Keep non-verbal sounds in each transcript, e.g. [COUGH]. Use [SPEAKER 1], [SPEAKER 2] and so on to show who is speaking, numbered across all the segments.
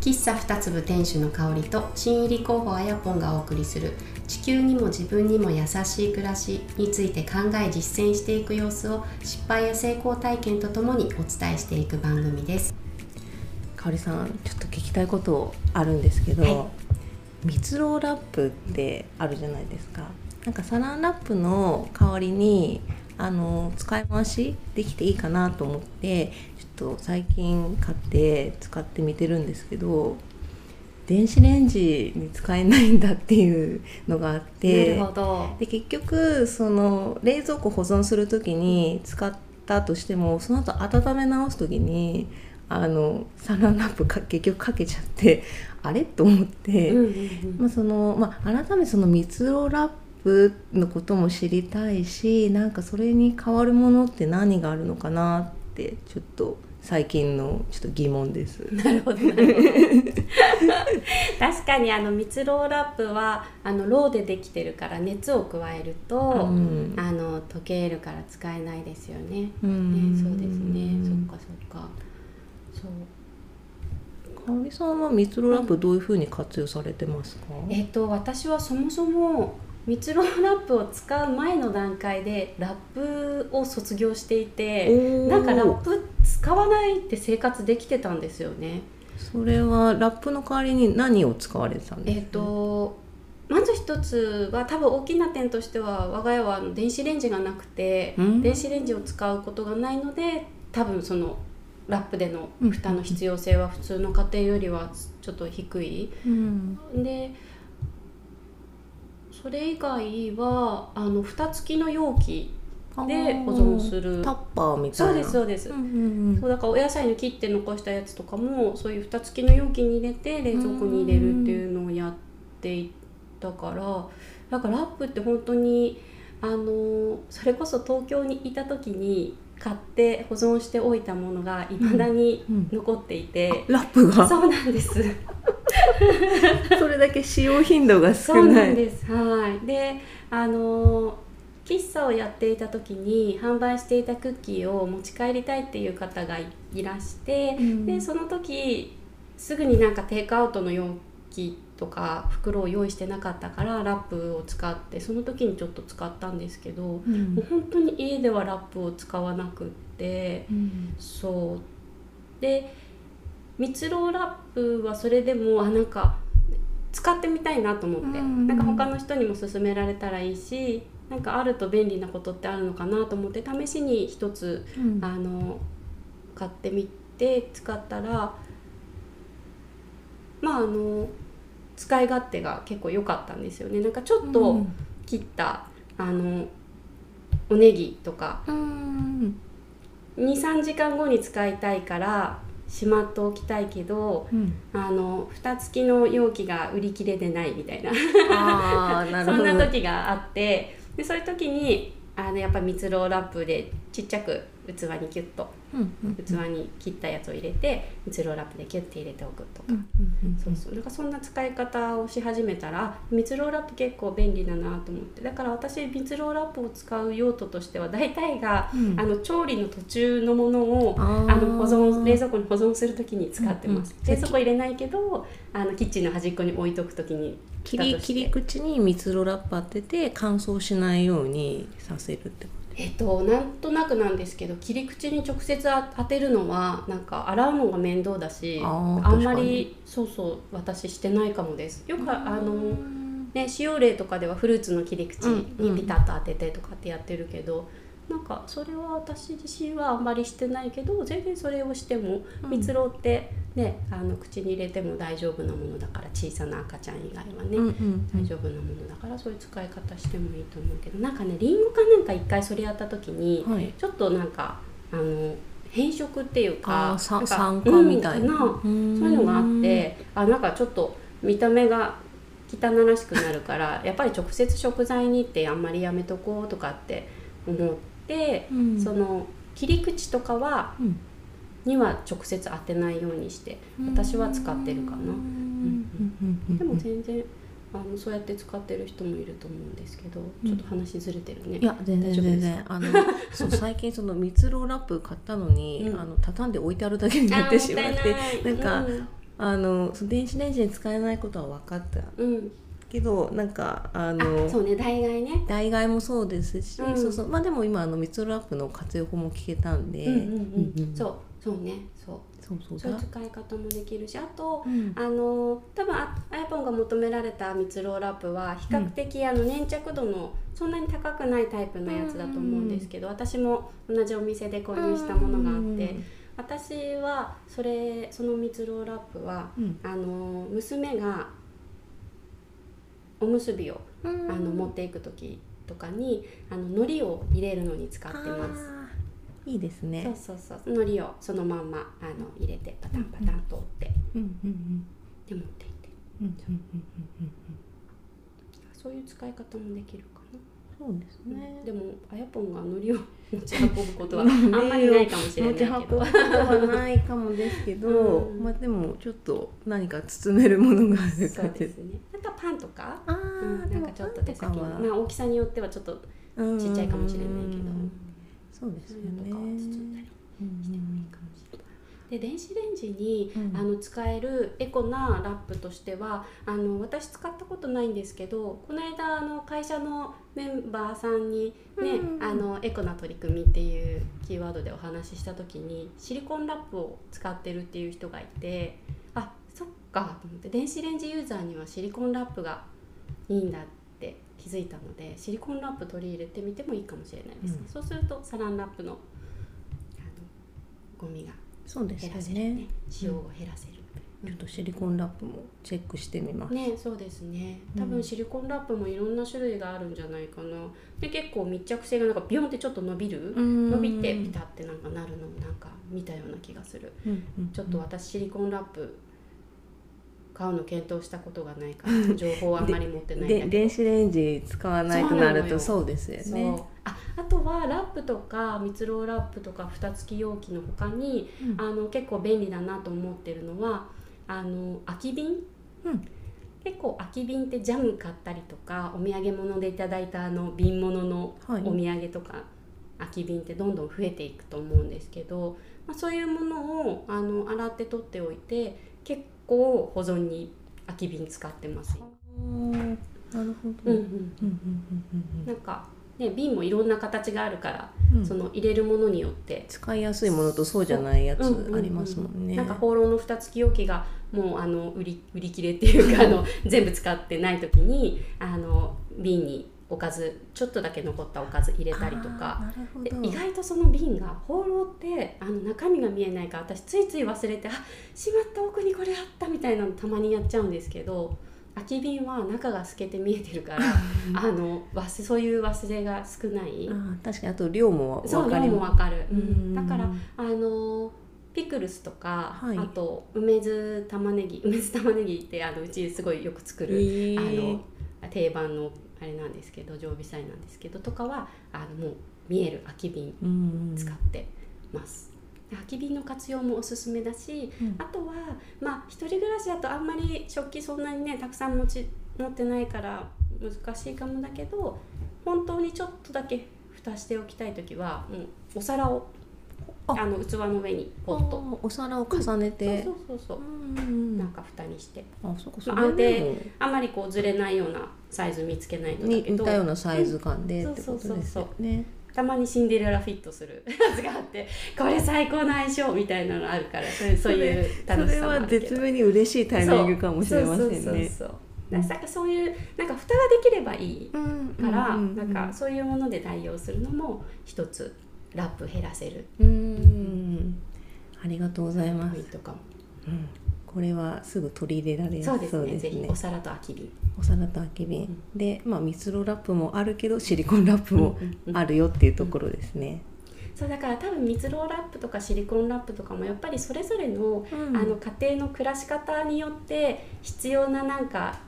[SPEAKER 1] 喫茶二粒店主の香りと新入り候補あやぽんがお送りする地球にも自分にも優しい暮らしについて考え実践していく様子を失敗や成功体験とともにお伝えしていく番組です
[SPEAKER 2] 香織さんちょっと聞きたいことあるんですけど、
[SPEAKER 1] は
[SPEAKER 2] 蜜ろうラップってあるじゃないですかなんかサランラップの代わりにあの使い回しできていいかなと思ってちょっと最近買って使ってみてるんですけど電子レンジに使えないんだっていうのがあっ
[SPEAKER 3] な
[SPEAKER 2] て
[SPEAKER 3] るほど。
[SPEAKER 2] で結局その冷蔵庫保存する時に使ったとしてもその後温め直す時にあのサランラップか結局かけちゃってあれと思って、
[SPEAKER 3] うんうんうん
[SPEAKER 2] まあそのまあ、改めてその蜜ろうラップのことも知りたいしなんかそれに変わるものって何があるのかなってちょっと最近のちょっと疑問
[SPEAKER 3] [LAUGHS]
[SPEAKER 2] です。
[SPEAKER 3] なるほどなるほど確かにあの蜜ろうラップはあのろうでできてるから熱を加えると、
[SPEAKER 2] うん
[SPEAKER 3] あの溶けるから使えないですよね。
[SPEAKER 2] う
[SPEAKER 3] ね
[SPEAKER 2] ん
[SPEAKER 3] そうですね。そっかそっか。そう。
[SPEAKER 2] かおりさんは蜜ろうラップどういうふうに活用されてますか
[SPEAKER 3] えっと私はそもそも蜜ろうラップを使う前の段階でラップを卒業していて、
[SPEAKER 2] だ
[SPEAKER 3] なんかラップ使わないって生活できてたんですよね。
[SPEAKER 2] それはラップの代わりに何を使われてたんです
[SPEAKER 3] え
[SPEAKER 2] か
[SPEAKER 3] っ、とまず一つは多分大きな点としては我が家はあの電子レンジがなくて、
[SPEAKER 2] うん
[SPEAKER 3] 電子レンジを使うことがないので多分そのラップでの蓋の必要性は普通の家庭よりはちょっと低い。
[SPEAKER 2] うん
[SPEAKER 3] でそれ以外はあの蓋付きの容器で保存する
[SPEAKER 2] タッパーみたい
[SPEAKER 3] そ
[SPEAKER 2] な
[SPEAKER 3] うですそうです、
[SPEAKER 2] うんうん
[SPEAKER 3] そうだからお野菜の切って残したやつとかもそういう蓋付きの容器に入れて冷蔵庫に入れるっていうのをやっていったからだからラップって本当にあのそれこそ東京にいた時に買って保存しておいたものがいまだに
[SPEAKER 2] うん
[SPEAKER 3] 残っていて、
[SPEAKER 2] ラップが
[SPEAKER 3] そうなんです。
[SPEAKER 2] それだけ使用頻度が少
[SPEAKER 3] そう
[SPEAKER 2] な
[SPEAKER 3] ないんです。はい。で、あのー喫茶をやっていた時に販売していたクッキーを持ち帰りたいっていう方がいいらして、
[SPEAKER 2] うん
[SPEAKER 3] でその時すぐになんかテイクアウトの容器とか袋を用意してなかったからラップを使ってその時にちょっと使ったんですけど、も
[SPEAKER 2] うん
[SPEAKER 3] う本当に家ではラップを使わなくって。
[SPEAKER 2] うん
[SPEAKER 3] そうで蜜ろうラップはそれでもあなんか使ってみたいなと思って、
[SPEAKER 2] うんうん
[SPEAKER 3] なんか他の人にも勧められたらいいしなんかあると便利なことってあるのかなと思って試しに一つ
[SPEAKER 2] うん
[SPEAKER 3] あの買ってみて使ったらまああの使い勝手が結構良かったんですよねなんかちょっ
[SPEAKER 2] う
[SPEAKER 3] と
[SPEAKER 2] ん
[SPEAKER 3] 切った、あのおネギとか
[SPEAKER 2] うん
[SPEAKER 3] 23時間後に使いたいからしまっておきたいけど
[SPEAKER 2] うん
[SPEAKER 3] あの蓋付きの容器が売り切れでないみたいな
[SPEAKER 2] ああなる
[SPEAKER 3] そ
[SPEAKER 2] ほ
[SPEAKER 3] ん
[SPEAKER 2] ど
[SPEAKER 3] な時があってでそういう時にあのやっぱ蜜ろうラップでちっちゃく器にキュッと
[SPEAKER 2] うんうん
[SPEAKER 3] 器に切ったやつを入れて蜜ろうラップでキュッて入れておくとか、
[SPEAKER 2] うんうん
[SPEAKER 3] そうそうなんかそんな使い方をし始めたら蜜ろうラップ結構便利だなと思ってだから私蜜ろうラップを使う用途としては大体が、
[SPEAKER 2] うん
[SPEAKER 3] あの調理の途中のものを
[SPEAKER 2] あー
[SPEAKER 3] あの保存冷蔵庫に保存するときに使ってます、
[SPEAKER 2] うんうん
[SPEAKER 3] 冷蔵庫入れないけどあのキッチンの端っこに置いとくときに
[SPEAKER 2] 切り切り口に蜜ろうラップ当てて乾燥しないようにさせるってこ
[SPEAKER 3] えっとなんとなくなんですけど切り口に直接あ当てるのはなんか洗うのが面倒だし
[SPEAKER 2] あ
[SPEAKER 3] あん
[SPEAKER 2] ー
[SPEAKER 3] ま
[SPEAKER 2] 確か
[SPEAKER 3] り
[SPEAKER 2] に
[SPEAKER 3] そうそう私してないかもですよくああ
[SPEAKER 2] と
[SPEAKER 3] のね使用例とかではフルーツの切り口
[SPEAKER 2] うんう
[SPEAKER 3] に
[SPEAKER 2] ん
[SPEAKER 3] ピタッと当ててとかってやってるけど、なんかそれは私自身はあんまりしてないけど全然それをしても
[SPEAKER 2] うん
[SPEAKER 3] 蜜ろうってねあの口に入れても大丈夫なものだから小さな赤ちゃん以外はね、
[SPEAKER 2] うんうん
[SPEAKER 3] 大丈夫なものだからそういう使い方してもいいと思うけどなんかねりんごかなんか一回それやった時に、
[SPEAKER 2] はい
[SPEAKER 3] ちょっとなんかあの変色っていうか
[SPEAKER 2] あーさ
[SPEAKER 3] なんか
[SPEAKER 2] 酸化みたい
[SPEAKER 3] うん
[SPEAKER 2] な,
[SPEAKER 3] か
[SPEAKER 2] うーん、
[SPEAKER 3] そういうのがあってあなんかちょっと見た目が汚らしくなるから [LAUGHS] やっぱり直接食材にってあんまりやめとこうとかって思って、
[SPEAKER 2] うん
[SPEAKER 3] その切り口とかは
[SPEAKER 2] うん
[SPEAKER 3] には直接当てないようにして私は使ってるかな。でも全然あのそうやって使ってる人もいると思うんですけど、
[SPEAKER 2] ん
[SPEAKER 3] ちょっと話ずれてるね。
[SPEAKER 2] いや全然
[SPEAKER 3] 大丈夫です
[SPEAKER 2] 全然
[SPEAKER 3] [LAUGHS]
[SPEAKER 2] あのそう最近その蜜ろうラップ買ったのに、
[SPEAKER 3] うん
[SPEAKER 2] あの畳んで置いてあるだけに
[SPEAKER 3] あー
[SPEAKER 2] なってしまって
[SPEAKER 3] もたいない
[SPEAKER 2] なんか
[SPEAKER 3] うん
[SPEAKER 2] あのそう電子レンジに使えないことは分かった
[SPEAKER 3] うん、
[SPEAKER 2] けどなんかあ
[SPEAKER 3] あ
[SPEAKER 2] の
[SPEAKER 3] そうね大概ね、
[SPEAKER 2] 代替もそうですし、
[SPEAKER 3] うん
[SPEAKER 2] そうそうまあでも今あのミツロアップの活用法も聞けたんで、
[SPEAKER 3] うんうん
[SPEAKER 1] う
[SPEAKER 3] うん
[SPEAKER 1] うん
[SPEAKER 3] ん、そうそうねそう
[SPEAKER 2] そうそう
[SPEAKER 3] そういう
[SPEAKER 2] だ
[SPEAKER 3] 使い方もできるしあと
[SPEAKER 2] うん
[SPEAKER 3] あの多分ああやぽんが求められた蜜ろうラップは比較的、あの粘着度のそんなに高くないタイプのやつだと思うんですけど、私も同じお店で購入したものがあって、私はそれその蜜ろうラップは
[SPEAKER 2] うん
[SPEAKER 3] あの娘がおむすびを
[SPEAKER 2] あ
[SPEAKER 3] あの持っていく時とかにあの海苔を入れるのに使ってます。
[SPEAKER 2] いいですね
[SPEAKER 3] そうそうそう海苔をそのまんまあの入れてパタンパタンと折って、
[SPEAKER 2] うんうんうん
[SPEAKER 3] で持っていって
[SPEAKER 2] うんうんうんうん
[SPEAKER 3] そういう使い方もできるか
[SPEAKER 2] そうです
[SPEAKER 3] な、
[SPEAKER 2] ね
[SPEAKER 3] でもあやぽんが海苔を持ち運ぶ [LAUGHS] ことはあんまりないかもしれな
[SPEAKER 2] 持
[SPEAKER 3] い
[SPEAKER 2] ち
[SPEAKER 3] け
[SPEAKER 2] 運ぶこと
[SPEAKER 3] ど
[SPEAKER 2] はないかもですけど、
[SPEAKER 3] うん
[SPEAKER 2] まあでもちょっと何か包めるものがある
[SPEAKER 3] そう
[SPEAKER 2] 感
[SPEAKER 3] で
[SPEAKER 2] じ
[SPEAKER 3] すねあとはパンとか
[SPEAKER 2] あ
[SPEAKER 3] う
[SPEAKER 2] ー
[SPEAKER 3] ん、なんかちょっと手先
[SPEAKER 2] で
[SPEAKER 3] の、
[SPEAKER 2] もパン
[SPEAKER 3] まあ、大きさによってはちょっと
[SPEAKER 2] とかは
[SPEAKER 3] ちっちゃいかもしれないけど、
[SPEAKER 2] うんそうです
[SPEAKER 3] そうい
[SPEAKER 2] よ
[SPEAKER 3] うの
[SPEAKER 2] ね
[SPEAKER 3] とかは包んだりしてもいいかもしれない。で電子レンジに
[SPEAKER 2] うん
[SPEAKER 3] あの使えるエコなラップとしてはあの私使ったことないんですけどこの間あの会社のメンバーさんに、ね
[SPEAKER 2] うん
[SPEAKER 3] あのエコな取り組みっていうキーワードでお話しした時にシリコンラップを使ってるっていう人がいてあそっかと思って電子レンジユーザーにはシリコンラップがいいんだって気づいたのでシリコンラップ取り入れてみてもいいかもしれないですね。
[SPEAKER 2] うん
[SPEAKER 3] そうするとサランラップのあのゴミが
[SPEAKER 2] そうです
[SPEAKER 3] 減
[SPEAKER 2] よ
[SPEAKER 3] らせるね
[SPEAKER 2] ね
[SPEAKER 3] 使用を減らせる、
[SPEAKER 2] ちょっとシリコンラップもチェックしてみます、
[SPEAKER 3] ねそうですね
[SPEAKER 2] うん
[SPEAKER 3] 多分シリコンラップもいろんな種類があるんじゃないかな、で結構密着性がなんかビヨンってちょっと伸びる、
[SPEAKER 2] 伸
[SPEAKER 3] 伸びてピタってなんかなるのもなんか見たような気がするちょっと私シリコンラップ買うの検討したことがないから情報はあんまり持ってないんだけ
[SPEAKER 2] で
[SPEAKER 3] ど
[SPEAKER 2] 電子レンジ使わないとなると
[SPEAKER 3] そ
[SPEAKER 2] そうですよ
[SPEAKER 3] そう
[SPEAKER 2] ね
[SPEAKER 3] ああとはラップとか蜜ろうラップとか蓋付き容器の他に、
[SPEAKER 2] うん
[SPEAKER 3] あの結構便利だなと思ってるのはあの空き瓶、
[SPEAKER 2] うん
[SPEAKER 3] 結構空き瓶ってジャム買ったりとかお土産物でいただいたあの瓶物の
[SPEAKER 2] はい
[SPEAKER 3] お土産とか、空き瓶ってどんどん増えていくと思うんですけど、まあ、そういうものをあの洗って取っておいて結構保存に空き瓶使ってます。
[SPEAKER 2] おーなるほ
[SPEAKER 3] う
[SPEAKER 2] ど
[SPEAKER 3] んうん
[SPEAKER 2] うんうんうん
[SPEAKER 3] なんか、ね、瓶もいろんな形があるから、
[SPEAKER 2] うんうん
[SPEAKER 3] その入れるものによって、
[SPEAKER 2] 使いやすいものとそうじゃないやつ
[SPEAKER 3] うんうんうん
[SPEAKER 2] ありますもんね
[SPEAKER 3] なんか放浪の蓋付き容器がもうあの売り売り切れっていうかあの全部使ってない時にあの瓶におかずちょっとだけ残ったおかず入れたりとか。
[SPEAKER 2] あーなるほ
[SPEAKER 3] で
[SPEAKER 2] ど
[SPEAKER 3] 意外とその瓶が放浪ってあの中身が見えないから私ついつい忘れてあしまった奥にこれあったみたいなのたまにやっちゃうんですけど空き瓶は中が透けて見えてる
[SPEAKER 2] [LAUGHS]
[SPEAKER 3] からあの忘れそういう忘れが少ない
[SPEAKER 2] あー確かにあと量も
[SPEAKER 3] そ
[SPEAKER 2] 分
[SPEAKER 3] う
[SPEAKER 2] かり
[SPEAKER 3] 量もわかる、
[SPEAKER 2] う
[SPEAKER 3] うんん、だからあのピクルスとか、
[SPEAKER 2] はい
[SPEAKER 3] あと梅酢玉ねぎ [LAUGHS] 梅酢玉ねぎってあのうちすごいよく作
[SPEAKER 2] え
[SPEAKER 3] る、あ
[SPEAKER 2] ー
[SPEAKER 3] の定番のあれなんですけど常備菜なんですけどとかはあのもう見える空き瓶
[SPEAKER 2] うんうん
[SPEAKER 3] 使ってます。で空き瓶の活用もおすすめだし、
[SPEAKER 2] うん
[SPEAKER 3] あとはまあ一人暮らしだとあんまり食器そんなにねたくさん持ち持ってないから難しいかもだけど本当にちょっとだけ蓋しておきたい時はもうお皿を
[SPEAKER 2] あ
[SPEAKER 3] あの器の上にポッと
[SPEAKER 2] あーお皿を重ね
[SPEAKER 3] そう
[SPEAKER 2] て
[SPEAKER 3] そうそうそううん
[SPEAKER 2] うんう
[SPEAKER 3] なん
[SPEAKER 2] ん
[SPEAKER 3] か蓋にして
[SPEAKER 2] あそうかそ
[SPEAKER 3] まあ
[SPEAKER 2] れでも
[SPEAKER 3] あんまりこうずれないようなサイズ見つけないとだ
[SPEAKER 2] に
[SPEAKER 3] け
[SPEAKER 2] 似たよう
[SPEAKER 3] ど
[SPEAKER 2] なサイズ感でってことですよね。
[SPEAKER 3] たまにシンデレラフィットする [LAUGHS] やつがあってこれ最高の相性みたいなのあるからそういうそういう楽しさもあるけど
[SPEAKER 2] 妙に嬉しいタ
[SPEAKER 3] そうそうそうそうだからなんかそういうなんか蓋ができればいいから、なんかそういうもので代用するのも一つラップ減らせる
[SPEAKER 2] うんありがとうございま
[SPEAKER 3] ポイ
[SPEAKER 2] す
[SPEAKER 3] ン。トかも、
[SPEAKER 2] うんこれはすぐ取り入れられや
[SPEAKER 3] そう
[SPEAKER 2] す
[SPEAKER 3] です
[SPEAKER 2] そう
[SPEAKER 3] ね
[SPEAKER 2] です
[SPEAKER 3] ぜひ
[SPEAKER 2] ね
[SPEAKER 3] お。皿と空き瓶
[SPEAKER 2] お皿と空き瓶で、まあ蜜ろうラップもあるけどシリコンラップも
[SPEAKER 3] うんうんうん
[SPEAKER 2] あるよっていうところですね。
[SPEAKER 3] そうだから多分蜜ろうラップとかシリコンラップとかもやっぱりそれぞれのあの家庭の暮らし方によって必要ななんか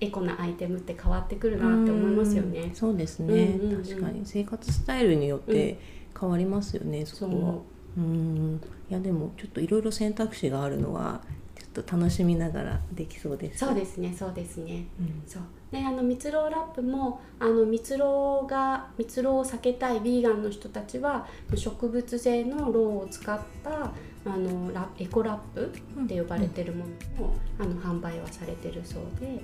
[SPEAKER 3] エコなアイテムって変わってくるなって思いますよ
[SPEAKER 2] うん
[SPEAKER 3] ね。
[SPEAKER 2] そうですね、
[SPEAKER 3] うんうんうん
[SPEAKER 2] 確かに生活スタイルによって変わりますよね、そ
[SPEAKER 3] そう
[SPEAKER 2] こは。うんいやでもちょっといろいろ選択肢があるのはちょっと楽しみながらできそうです。
[SPEAKER 4] そうですねそうですね
[SPEAKER 2] うん
[SPEAKER 4] そうであの蜜ろうラップもあの蜜ろうが蜜ろうを避けたいヴィーガンの人たちは植物性のろうを使ったあのラエコラップって呼ばれてるものも、あの販売はされてるそうで、うん、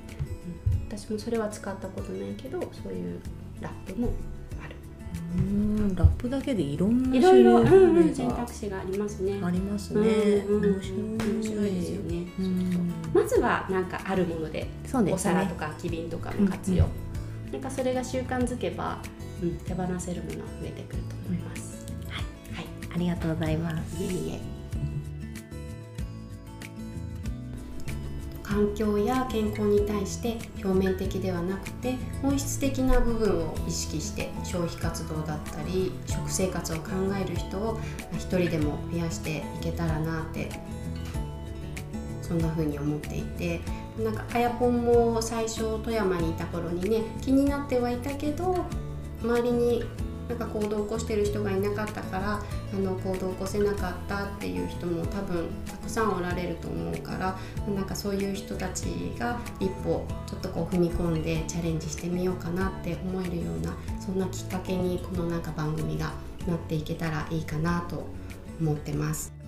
[SPEAKER 4] 私もそれは使ったことないけどそういうラップもある
[SPEAKER 2] うんラップだけでいろんない
[SPEAKER 4] ろいろ、う
[SPEAKER 2] 種類
[SPEAKER 4] んうん、選
[SPEAKER 2] が
[SPEAKER 4] 択肢がありますね。
[SPEAKER 2] ありますね。
[SPEAKER 4] うんうん
[SPEAKER 2] 面白い
[SPEAKER 4] 面白いですよね。
[SPEAKER 2] う
[SPEAKER 4] そうんそうまずはなんかあるもので
[SPEAKER 2] そうで
[SPEAKER 4] お
[SPEAKER 2] す
[SPEAKER 4] 皿と
[SPEAKER 2] ね。
[SPEAKER 4] か空き瓶とかの活用、なんかそれが習慣づけば、うん、手放せるものは増えてくると思います、はい、
[SPEAKER 2] ありがとうございます。
[SPEAKER 4] はい、いえいえ
[SPEAKER 3] 環境や健康に対して表面的ではなくて本質的な部分を意識して消費活動だったり食生活を考える人を一人でも増やしていけたらなってそんな風に思っていてなんかあやぽんも最初富山にいた頃にね気になってはいたけど周りになんか行動を起こしてる人がいなかったからあの行動を起こせなかったっていう人も多分たくさんおられると思うからなんかそういう人たちが一歩ちょっとこう踏み込んでチャレンジしてみようかなって思えるようなそんなきっかけにこのなんか番組がなっていけたらいいかなと思ってます。